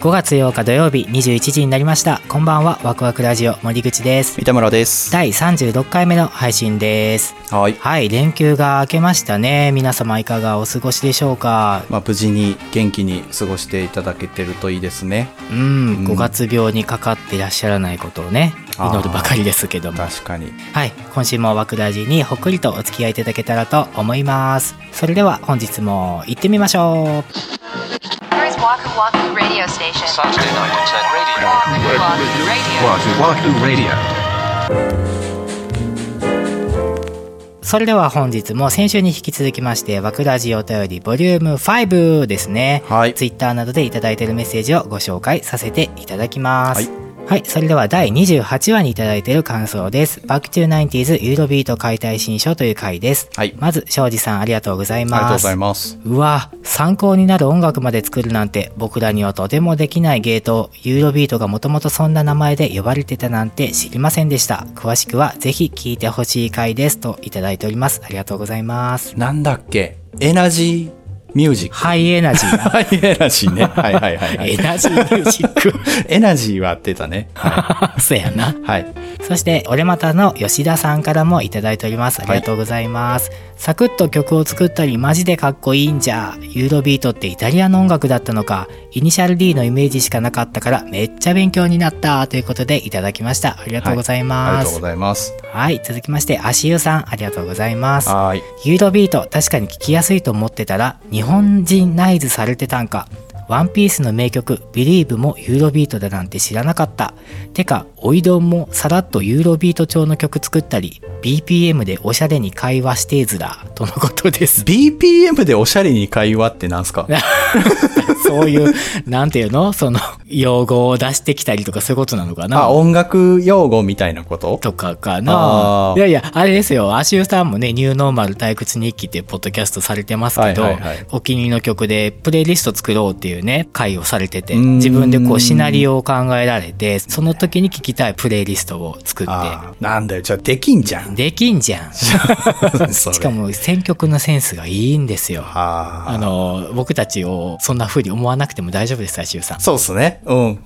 5月8日土曜日21時になりましたこんばんはワクワクラジオ森口です三田村です。第36回目の配信ですはい。はい連休が明けましたね皆様いかがお過ごしでしょうかまあ、無事に元気に過ごしていただけてるといいですね。うん、うん5月病にかかっていらっしゃらないことをねあー祈るばかりですけども確かに。はい今週もワクラジにほっくりとお付き合いいただけたらと思いますそれでは本日も行ってみましょう Here's Waku Waku Radio Station. Saturday night at radio. Waku Waku Radio. Waku Waku Radio. それでは本日も先週に引き続きましてワクラジお便りボリューム5ですねはい。ツイッターなどでいただいているメッセージをご紹介させていただきます。ははいい、それでは第28話にいただいている感想です。Back to 90s ユーロビート解体新書という回です。はい。まず、庄司さんありがとうございありがとうまごすざい。ます。うわ参考になる音楽まで作るなんて僕らにはとてもできないゲートユーロビートがもともとそんな名前で呼ばれてたなんて知りませんでした詳しくはぜひ聞いてほしい回ですといただいておりますありがとうございますなんだっけエナジーミュージック。ハイエナジ ーはい、エナジーね。はいはいはい、はエい。ナジーミュージック エナジーは合ってたね。そうやなはい。そして、俺またの吉田さんからもいただいております。ありがとうございます。サクッと曲を作ったり、マジでかっこいいんじゃ。ユーロビートってイタリアの音楽だったのか。イニシャル D のイメージしかなかったから、めっちゃ勉強になった。ということで、いただきました。ありがとうございありまがとうす。ごはい、ざいます。続きまして、足湯さん、ありがとうございます。はい。ユーロビート確かに聞きやすいと思ってたら日本人ナイズされてたんかワンピースの名曲「Believe」もユーロビートだなんて知らなかったてかおいどんもさらっとユーロビート調の曲作ったり BPM でおしゃれに会話してーずだとのことです BPM でおしゃれに会話ってなんすかそういうなんていうのその用語を出してきたりとかそういうことなのかなあ、音楽用語みたいなこととかかなあ。ーいやいや、あれですよ、アシューさんもね、ニューノーマル退屈日記っていうポッドキャストされてますけど、はいはいはいお気に入りの曲でプレイリスト作ろうっていうね、会をされてて、うーん自分でこうシナリオを考えられて、その時に聞きたいプレイリストを作って、あーなんだよ。じゃあできんじゃ ん。できんじゃん。ししか。も選曲のセンスがいいんですよ。あーあの、僕たちをそんな風に思わなくても大丈夫です、アシューさん。。そうっすね。うん。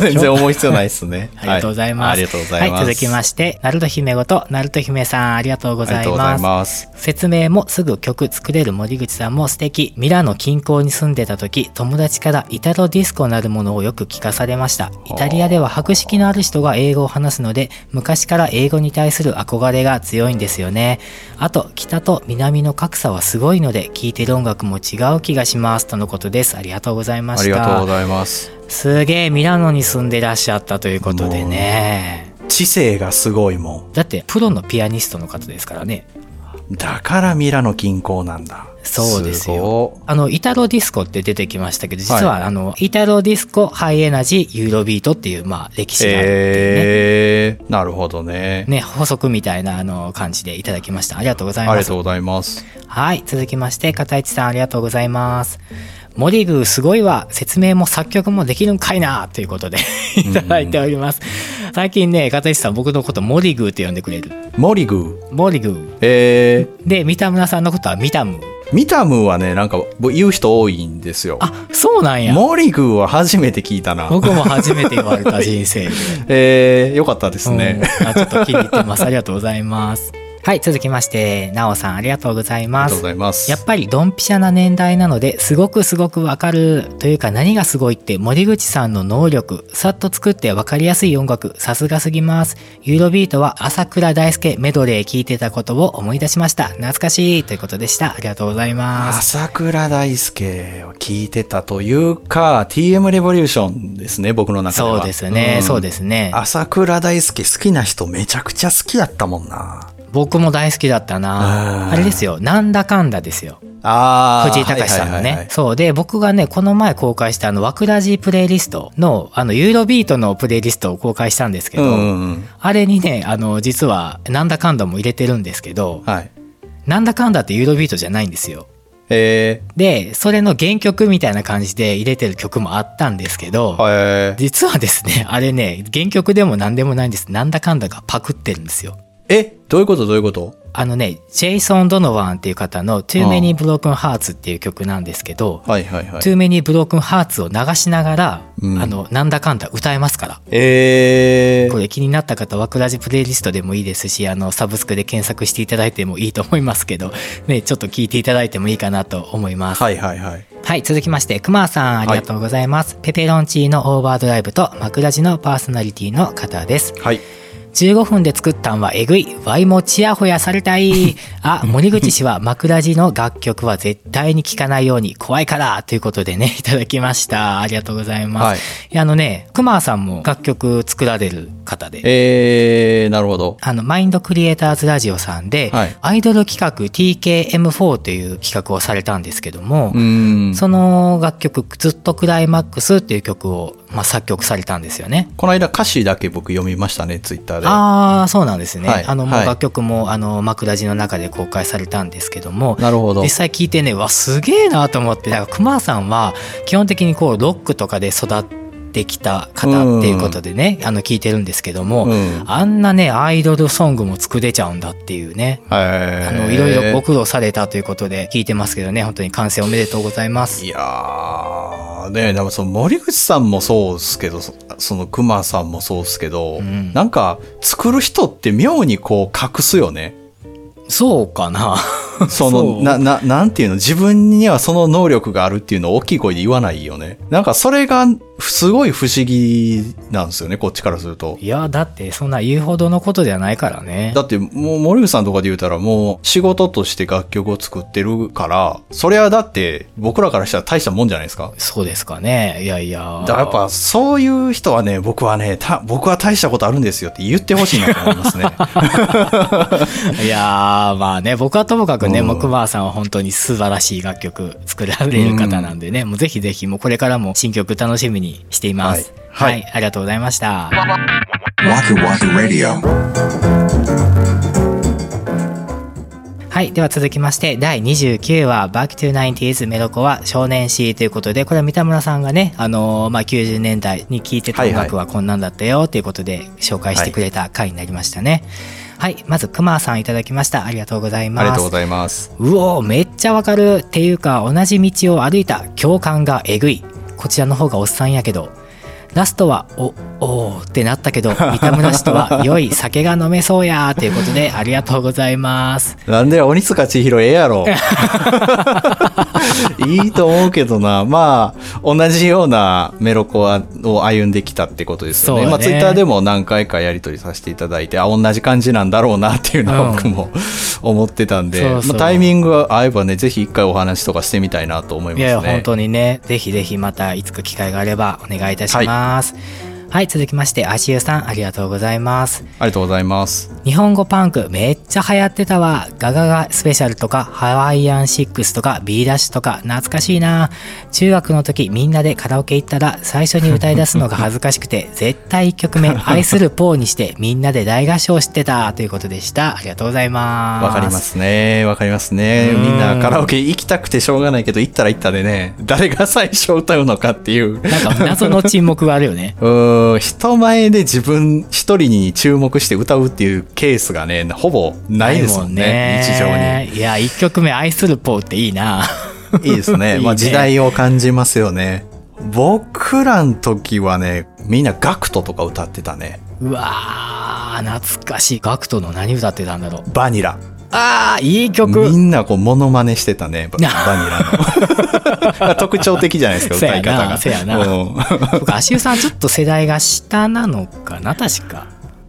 全然思う必要ないっすね ありがとうございます。はありがとうございまはす。い、続きまして、ナルト姫ごと、ナルト姫さん、ありがとうごありざがいとうござまいす。ます。説明もすぐ曲作れる森口さんも素敵ミラノ近郊に住んでた時友達からイタロディスコなるものをよく聞かされましたイタリアでは博識のある人が英語を話すので昔から英語に対する憧れが強いんですよねあと北と南の格差はすごいので聴いてる音楽も違う気がしますとのことですありがとうございまあしりがとうたございます。すげえミラノに住んでらっしゃったということでね知性がすごいもだってプロのピアニストの方ですからねん。だからミラノ近郊なんだ。そうですよごっ。あの、イタロディスコって出てきましたけど、実は、はいあの、イタロディスコ、ハイエナジー、ユーロビートっていう、まあ、歴史があってね、えー、なるほどね。ね、補足みたいな、あの、感じでいただきました。ありがとうございありまがすとう。ございます。はい、続きまして、片市さん、ありがとうございます。モリグーすごいわ説明も作曲もできるんかいなということでいただいております、最近ね片市さん僕のことモリグーって呼んでくれるモリグー。モリグーえー、で三田村さんのことはミタムミタムはね、なんか言う人多いんですよ。あそうなんやモリグーは初めて聞いたな。僕も初めて言われた人生でえー、よかったですね。うんあちょっと気に入ってます。ありがとうございます。 はい、続きまして、なおさんありがとうございありまがとうすご。ざいます。やっぱりドンピシャな年代なのですごくすごくわかるというか何がすごいって森口さんの能力さっと作ってわかりやすい音楽さすがすぎますユーロビートは朝倉大輔メドレー聞いてたことを思い出しました懐かしいということでしたありがとうございます朝倉大輔を聞いてたというか、TM レボリューションですね、僕の中では。そうですね、んそうですね朝倉大輔好きな人めちゃくちゃ好きだったもんな。僕も大好きだったなうんあれですよなんだかんだですよあ藤井隆さんのはいはいはいはねい。そうで、僕がね、この前公開したあの、ワクラジプレイリストの、あの、ユーロビートのプレイリストを公開したんですけうど、んうんうん。あれにね、あの、実は、なんだかんだも入れてるんですけど、はい。なんだかんだってユーロビートじゃないんですよ。えで、それの原曲みたいな感じで入れてる曲もあったんですけど、ー、えー、実はですね、あれね、原曲でも何でもないんです。なんだかんだがパクってるんですよ。えどういうことどういうことあのね、ジェイソン・ドノワンっていう方の Too Many Broken Hearts っていう曲なんですけど、はいはいはい。 Too Many Broken Hearts を流しながら、うんあの、なんだかんだ歌えますから。えこー、れ気になった方は、クラジプレイリストでもいいですし、あの、サブスクで検索していただいてもいいと思いますけど、 ね、ちょっと聞いていただいてもいいかなと思います。はいはいはい。はい、続きまして、くまさん、ありがとうございます。ペペロンチーノオーバードライブと、マクラジのパーソナリティの方です。はい。 15分で作ったんはえぐい。ワイもチヤホヤされたい。あ、森口氏は 枕地の楽曲は絶対に聴かないように怖いからということでね、いただきました。ありがとうございます。はいいや、あのね、クマさんも楽曲作られる方で。えー、なるほど。あの、マインドクリエイターズラジオさんで、はいアイドル企画 TKM4 という企画をされたんですけども、うーん。その楽曲、ずっとクライマックスっていう曲を、まあ、作曲されたんですよね。この間歌詞だけ僕読みましたね、ツイッターで。ああそうなんですね、はいあのもうはい楽曲も、あの枕地の中で公開されたんですけどもなるほど実。際聞いてねわすげえなと思ってだから熊さんは基本的にこうロックとかで育ってきた方っていうことでね、あの聞いてるんですけども、うん。あんなねアイドルソングも作れちゃうんだっていうねえあーのいろいろご苦労されたということで聞いてますけどね本当に完成おめでとうございますいやー、ねでもその森口さんもそうっすけど、そその熊さんもそうっすけど、んなんか作る人って妙にこう隠すよね。そうかなその そうな、な、なんていうの、自分にはその能力があるっていうのを大きい声で言わないよね。なんかそれがすごい不思議なんですよね、こっちからすると。いやだってそんな言うほどのことじゃないからねだってもう森口さんとかで言うたらもう仕事として楽曲を作ってるから、それはだって僕らからしたら大したもんじゃないですか。そうですかねいやいやだからやっぱそういう人はね、僕はね、た僕は大したことあるんですよって言ってほしいなと思 いますね。いやー、まあね、僕はともかくね、うんもうクマーさんは本当に素晴らしい楽曲作られる方なんでね、もうぜひぜひ、もうこれからも新曲楽しみにしています。は、はいいありがとうございました。 Waku Waku Radio. はい。では続きまして、第29話、Back to 90s メロコは少年誌ということで、これは三田村さんがね、あのーまあ、90年代に聴いてた音楽はこんなんだったよということで紹介してくれた回になりましたね。はい。まず、クマーさんいただきました。ありがとうございありまがとうすご。ざいます。うおーめっちゃわかるっていうか同じ道を歩いた共感がえぐいこちらの方がおっさんやけどラストはおおーってなったけど三田村氏とは良い酒が飲めそうやということでありがとうございますなんで鬼塚千尋ええやろ。 いいと思うけどな。まあ、同じようなメロコアを歩んできたってことですよね。そうだねまあ、ツイッターでも何回かやり取りさせていただいて、あ、同じ感じなんだろうなっていうのうんは僕も思ってたんで、そうそうまあ、タイミングが合えばね、ぜひ一回お話とかしてみたいなと思いますいね。やいや本当にねぜひぜひまたいつか機会があればお願いいたしますはい、続きまして足湯さんありがとうございますありがとうございます。日本語パンクめっちゃ流行ってたわガガガスペシャルとかハワイアンシックスとか B ダッシュとか懐かしいな中学の時みんなでカラオケ行ったら最初に歌い出すの が恥ずかしくて絶対1曲目「愛するポー」にしてみんなで大合唱してたということでしたありがとうございますわかりますね。わかりますね。みんなカラオケ行きたくてしょうがないけど、行ったら行ったでね、誰が最初歌うのかっていう。なんか謎の沈黙があるよねうーん、人前で自分一人に注目して歌うっていうケースがね、ほぼないですもんね、日常日常にいや1曲目「愛するポー」っていいな に。いいですね。いいねまあ時代を感じますよね。僕らの時はね、みんなガクトとか歌ってたね。うわー懐かしいガクトの何歌ってたんだろうバニラ。あーいい曲みんなこうモノマネしてたね、 ババニラの。 特徴的じゃない ですか、歌い方が。せやなせやなうん そうか足湯さんちょっと世代が下なのかな確か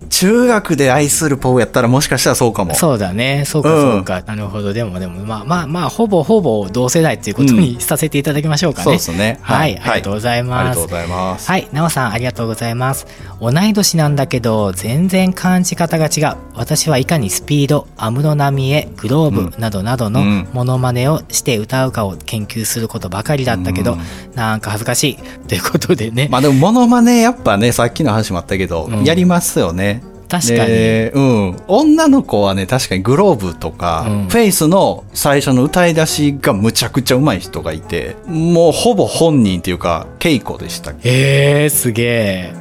中学で愛するポーやったらもしかしたらそうかも。そうだねそうかうんそうか、なるほどでもでもまあまあまあほぼほぼ同世代っていうことにさせていただきましょうかね、そうですね。はい、ありがとうございありまがすとうございます。はい、なおさんありがとうございます。同い年なんだけど、全然感じ方が違う。私はいかにスピード、安室奈美恵、グローブなどなどのうんモノマネをして歌うかを研究することばかりだったけど、なんか恥ずかしい。ということでね、まあでもモノマネやっぱねさっきの話もあったけど、うんやりますよね。確かにでうん、女の子はね確かにグローブとか、うんフェイスの最初の歌い出しがむちゃくちゃうまい人がいてもうほぼ本人っていうか稽古でしたえー、すげえ。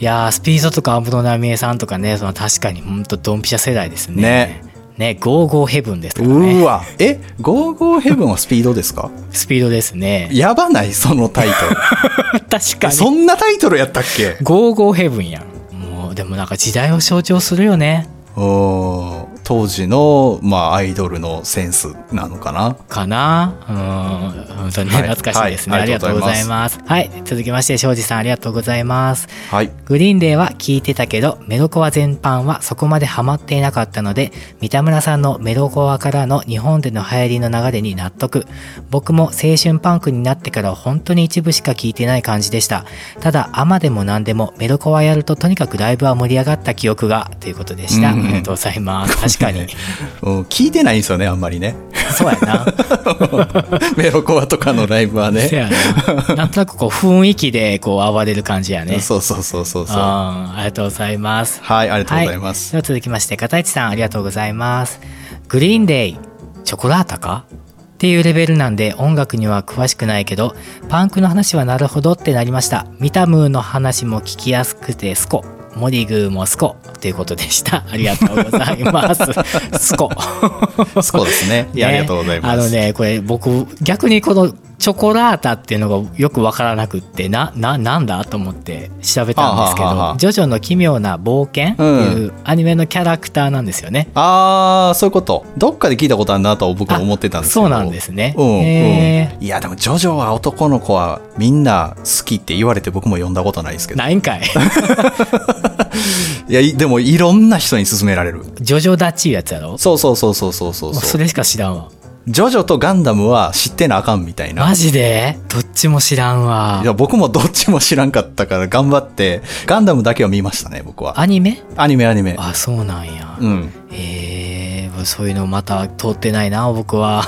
いやースピードとか安室奈美恵さんとかねその確かにほんとドンピシャ世代ですねねねゴーゴーヘブンですからうねわ。え、ゴーゴーヘブンはスピードです かスピードですねやばないそのタイトル。確かそんなタイトルやったっけゴーゴーヘブンやんもうでもなんか時代を象徴するよねおー当時の、まあ、アイドルのセンスなのかな。かなうん本当にねはい懐かしいですね、はいありがとうございますはい続きまして庄司さんありがとうございますはい。グリーンデーは聞いてたけどメロコア全般はそこまでハマっていなかったので三田村さんのメロコアからの日本での流行りの流れに納得僕も青春パンクになってから本当に一部しか聞いてない感じでしたただアマでも何でもメロコアやるととにかくライブは盛り上がった記憶がということでした、うんうんありがとうございます確か にうん、聞いてないんですよね、あんま りね。そうやなメロコアとかのライブはせやね。な。なんとなくこう雰囲気でこう暴れる感じやね。そうそうそうそううそん。う。はありがとうございます。い、ありがとうございます。では続きまして、片市さんありがとうございます。グリーンデイ、チョコラータかっていうレベルなんで音楽には詳しくないけど、パンクの話はなるほどってなりました。ミタムーの話も聞きやすくてスコ。モリグーもスコということでした。ありがとうござい ます。スコ。そうですね。いや、ありがとうございます。あのね、これ僕、逆にこのチョコラータっていうのがよくわからなくって、な、な、なんだと思って調べたんですけど、はあはあはあジョジョの奇妙な冒険っていうアニメのキャラクターなんですよね。あー、そういうこと。どっかで聞いたことあるなと僕は思ってたんですけど。そうなんですね。うん、へうん。いや、でも、ジョジョは男の子はみんな好きって言われて僕も読んだことないですけーど。ないん かい。いや、いでも、いろんな人に勧められる。ジョジョダッチいうやつやろそうそうそうそうそうそうもうそれしか知らんわ。ジョジョとガンダムは知ってなあかんみたいな。マジでどっちも知らんわい。や、僕もどっちも知らんかったから頑張って、ガンダムだけは見ましたね、僕は。アニメアニメ、アニメ。あ、そうなんや。うん。へーそういうのまた通ってないな、僕は。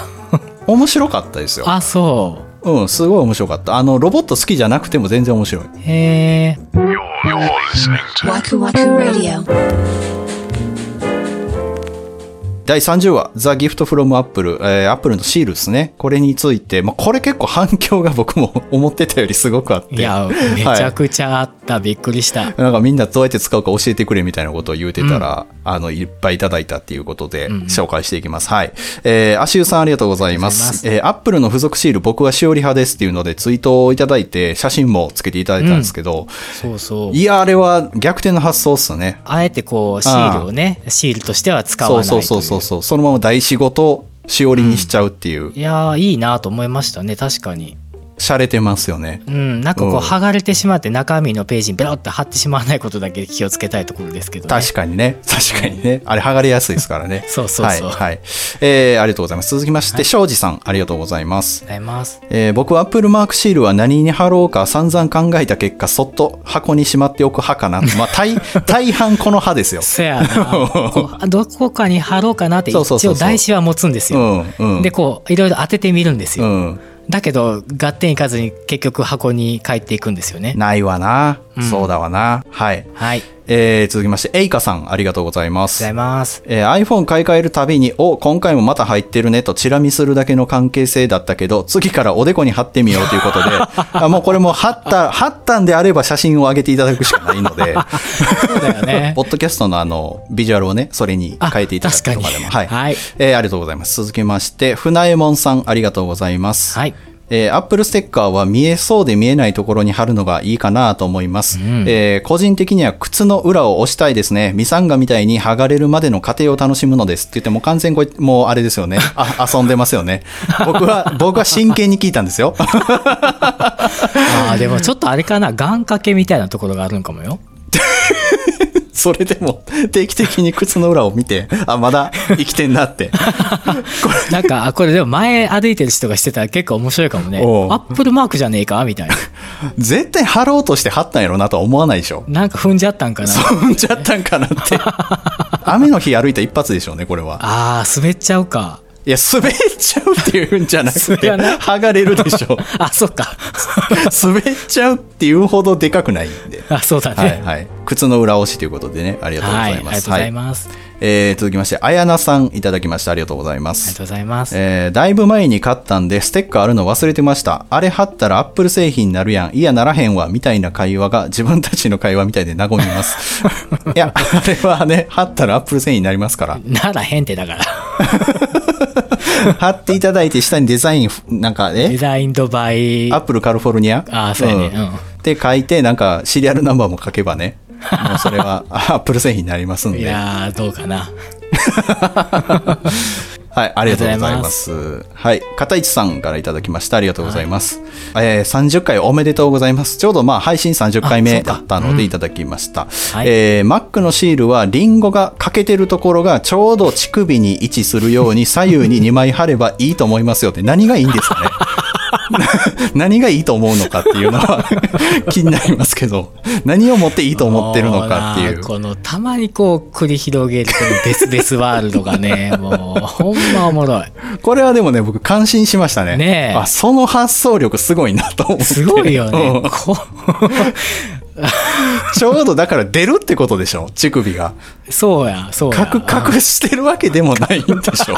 面白かったですよ。あ、そう。うん、すごい面白かった。あの、ロボット好きじゃなくても全然面白い。へえ。 Waku Waku Radio. 第30話、ザ・ギフト・フロム・アップル、えー、アップルのシールですね。これについて、まあ、これ結構反響が僕も思ってたよりすごくあって。いや、めちゃくちゃあった。びっくりした。なんかみんなどうやって使うか教えてくれみたいなことを言うてたら、あの、いっぱいいただいたっていうことで、紹介していきます。はい。えー、アシュさんありがとうございまありがとうごす。えー、アップルの付属シール、僕はしおり派ですっていうので、ツイートをいただいて、写真もつけていただいたんですけど、そうそう。いや、あれは逆転の発想っすね。あえてこう、シールをね、シールとしては使わそなういそうそうそうとそう。そのまま大仕事、しおりにしちゃうっていう、いう。いやー、いいなと思いましたね、確かに。洒落てますよね。うん、なんかこう、うん剥がれてしまって中身のページにベロッと貼ってしまわないことだけ気をつけたいところですけどね。。確かにね。確かにね。あれ、剥がれやすいですからね そうそうそうはい。はい、えー、ありがとうございます。続きまして、庄司さん、ありがとうございます。ありがとうございます。えー僕はアップルマークシールは何に貼ろうか散々考えた結果、そっと箱にしまっておく派かな。まあ、 大、大半この派ですよ。せやな こうどこかに貼ろうかなってそうそう一そうそう応台紙は持つんですうよ。ん、うん。でこういろいろ当ててみるんですうよ。ん。だけど合点いかずに結局箱に帰っていくんですよね。ないわな、そうだわな。はい。はい。ありがとうえー続きまして、エイカさん、ありがとうございまごすざい。ます。えー iPhone 買い替えるたびに、お、今回もまた入ってるねとチラ見するだけの関係性だったけど、次からおでこに貼ってみようとい うことで、あもうこれもう貼った、貼ったんであれば写真を上げていただくしかないので、そうだよね ポ。ッドキャストのあの、ビジュアルをね、それに変えていただくとかであも。確かにはい。はいえーありがとうございます。続きまして、船右衛門さん、ありがとうございます。はい。えー、Apple ステッカーは見えそうで見えないところに貼るのがいいかなと思います。えー個人的には靴の裏を押したいですね。ミサンガみたいに剥がれるまでの過程を楽しむのですって言ってもう完全にこれもうあれです よね。あ、遊んでますよね。僕は、僕は真剣に聞いたんですよ。 ああ、でもちょっとあれかな、願掛けみたいなところがあるんかもよ。それでも定期的に靴の裏を見て、あ、まだ生きてんなって。なんか、あこれでも前歩いてる人がしてたら結構面白いかもね。おうアップルマークじゃねえかみたいな。絶対貼ろうとして貼ったんやろなとは思わないでしょ。なんか踏んじゃったんかな。飛んじゃったんかなって。雨の日歩いた一発でしょうね、これは。ああ、滑っちゃうか。いや、滑っちゃうっていうんじゃなく滑て、らない剥がれる でしょ。あ、そっか。滑っちゃうっていうほどでかくないんで。あ、そうだね。はいはい。靴の裏押しということでね、ありがとうごはざい、あいりまがとうす。ございます。はいえー続きまして、あやなさんいただきました。ありがとうございまありがすと。うございます。えーだいぶ前に買ったんで、ステッカーあるの忘れてました。あれ貼ったらアップル製品になるやん。いや、ならへんわ。みたいな会話が自分たちの会話みたいで和み ます。いや、あれはね、貼ったらアップル製品になりますから。ならへんってだから。貼っていただいて、下にデザイン、なんか、デえザインドバイアッ。プルカリフォルニアあーそうやねうんって書いて、なんか、シリアルナンバーも書けばね。もうそれは、 アップル製品になりますんいで。はい、やー、どうかな。ありがとうございます。はい、片市さんからいただきました。ありがとうございます。えー30回おめでとうございます。ちょうどまあ、配信30回目だったのでいただきました。はいえー、Mac のシールは、リンゴが欠けてるところが、ちょうど乳首に位置するよう に、左右に2枚貼ればいいと思いますよって、何がいいんです かね。何がいいと思うのかっていうのは 気になりますけど何を持っていいと思ってるのかっていもうなこの、たまにこう、繰り広げる、このベス々ワールドがね、もう、ほんまおもろい。これはでもね僕感心しましたねねえあその発想力すごいなと思ってすごいよ ねうん。こちょうどだから出るってことでしょ乳首がうそうや、そうや。隠隠してるわけでもない んでしょ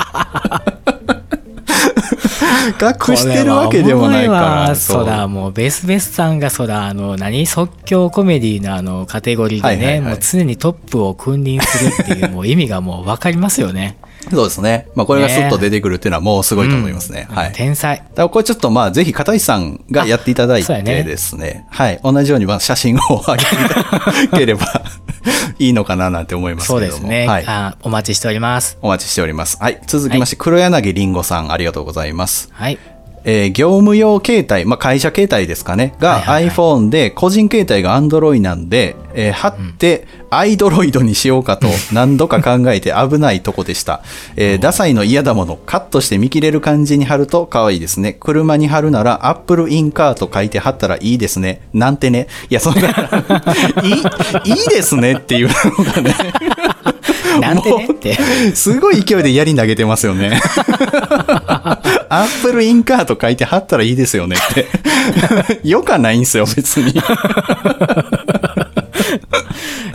隠してるわけでもないこれはおもろかいわらそうらもうベスベスさんがそらあの何即興コメディのあのカテゴリーでね、はいはいはいもう常にトップを君臨するって いうもう意味がもう分かりますよね。そうですね、まあ、これがスッと出てくるっていうのはもうすごいと思いますね、はい天才。だからこれちょっとまあぜひ片石さんがやっていただいあそうてやねですねはい同じようにまあ写真を上げていただければいいのかななんて思いますけそうどもですね、はい、あ。お待ちしております。お待ちしておりますはい続きまして黒柳りんごさんありがとうございますはい。えー業務用携帯、まあ、会社携帯ですかね、がはいはいはい iPhone で、個人携帯が Android なんで、えー貼って、アイドロイドにしよ うかと何度か考えて危ないとこでした。えーダサいの嫌だもの、カットして見切れる感じに貼ると可愛いですね。車に貼るなら、Apple in car と書いて貼ったらいいですね。なんてね。いや、そん な、いい、いいですねっていうのがね。なんてねって。もうすごい勢いで槍投げてますよね。アップルインカーと書いて貼ったらいいですよねって。よかないんすよ、別に。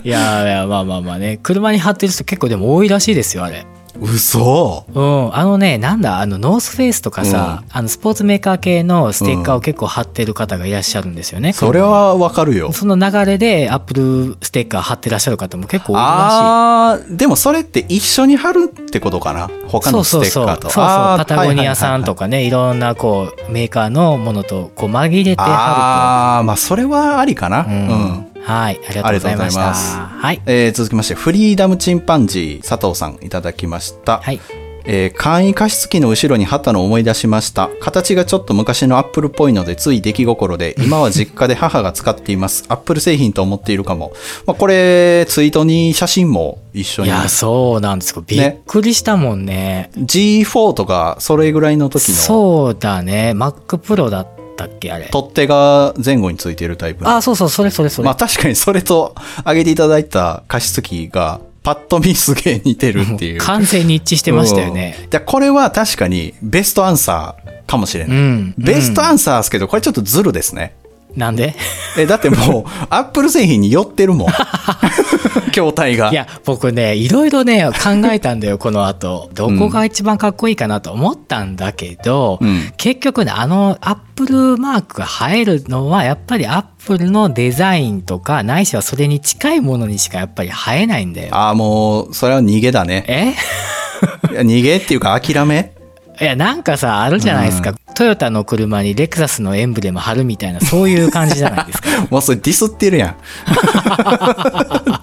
いやいやまあまあまあね車に貼ってる人結構でも多いらしいですよあれ。嘘うん、あのねなんだあのノースフェイスとかさ、あのスポーツメーカー系のステッカーを結構貼ってる方がいらっしゃるんですよね。それはわかるよ。その流れでアップルステッカー貼ってらっしゃる方も結構多いらしい。あー、でもそれって一緒に貼るってことかな他そのうそうステッそうカそうーそと。うあーパタゴニアさんとか。かねいろんなこうメーカーのものとこう紛れて貼あー、まあそれはありかな。ると、うんうんはいありがとうございましありたがとうございまはいえー続きまして、フリーダムチンパンジー佐藤さんいただきました。はいえー簡易加湿器の後ろに貼ったのを思い出しました。形がちょっと昔のアップルっぽいので、つい出来心で、今は実家で母が使っています。アップル製品と思っているかも。まあ、これ、ツイートに写真も一緒いに。やそうなんですよびっくりしたもんね G4 とか、それぐらいの時の、そうだね MacPro だったっけあれ取っ手が前後についているタイプの。あそうそうそれそれそれ、まあ確かにそれと、上げていただいた加湿器が、パッと見すげえ似てるっ ていう。完全に一致してましたよねうん。じゃあこれは確かにベストアンサーかもしれうない。ん、ベストアンサーですけど、これちょっとズルですね。なんでえ、だっても う、アップル製品に寄ってるもん。筐体が。いや僕ねいろいろね考えたんだよこ の後どこが一番かっこいいかなと思ったんだけど、うん結局ねあのアップルマークが映えるのはやっぱりアップルのデザインとかないしはそれに近いものにしかやっぱり映えないんだよ。ああ、もう、それは逃げだね。え いや逃げっていうか諦めいやなんかさあるじゃないですか、トヨタの車にレクサスのエンブレム貼るみたいなそういう感じじゃないですか。 もうそれディスって るやん。デ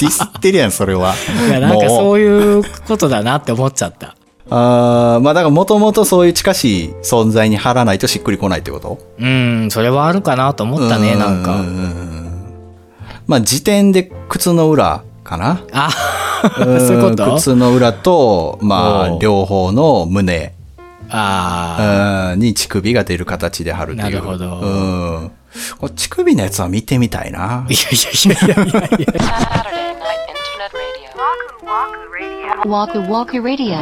ィスってるやん、それは。いやなんかもうそういうことだなって思っちゃった。あーまあだからもともとそういう近しい存在に貼らないとしっくりこないってことうんそれはあるかなと思ったねなんうか。んまあ時点で靴の裏かなあ そううんいうこと靴の裏と、まおあ、う両方の胸あうんに乳首が出る形で貼るっていう。なるほどうんこれ乳首のやつは見てみたいなあ。い。やいやいやいやいや Saturday night internet radio. Waku Waku Radio.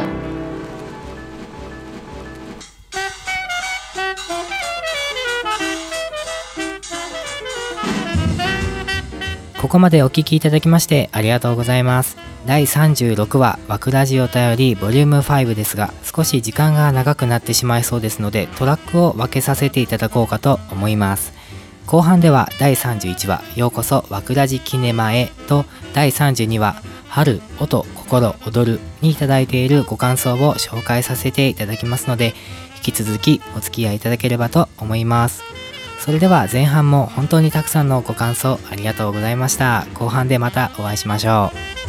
ここまでお聞きいただきましてありがとうございます。第36話「わくラジオ頼りボリューム5ですが少し時間が長くなってしまいそうですのでトラックを分けさせていただこうかと思います後半では第31話「ようこそわくらじキネマへ」と第32話「春音心踊る」にいただいているご感想を紹介させていただきますので引き続きお付き合いいただければと思いますそれでは前半も本当にたくさんのご感想ありがとうございました後半でまたお会いしましょう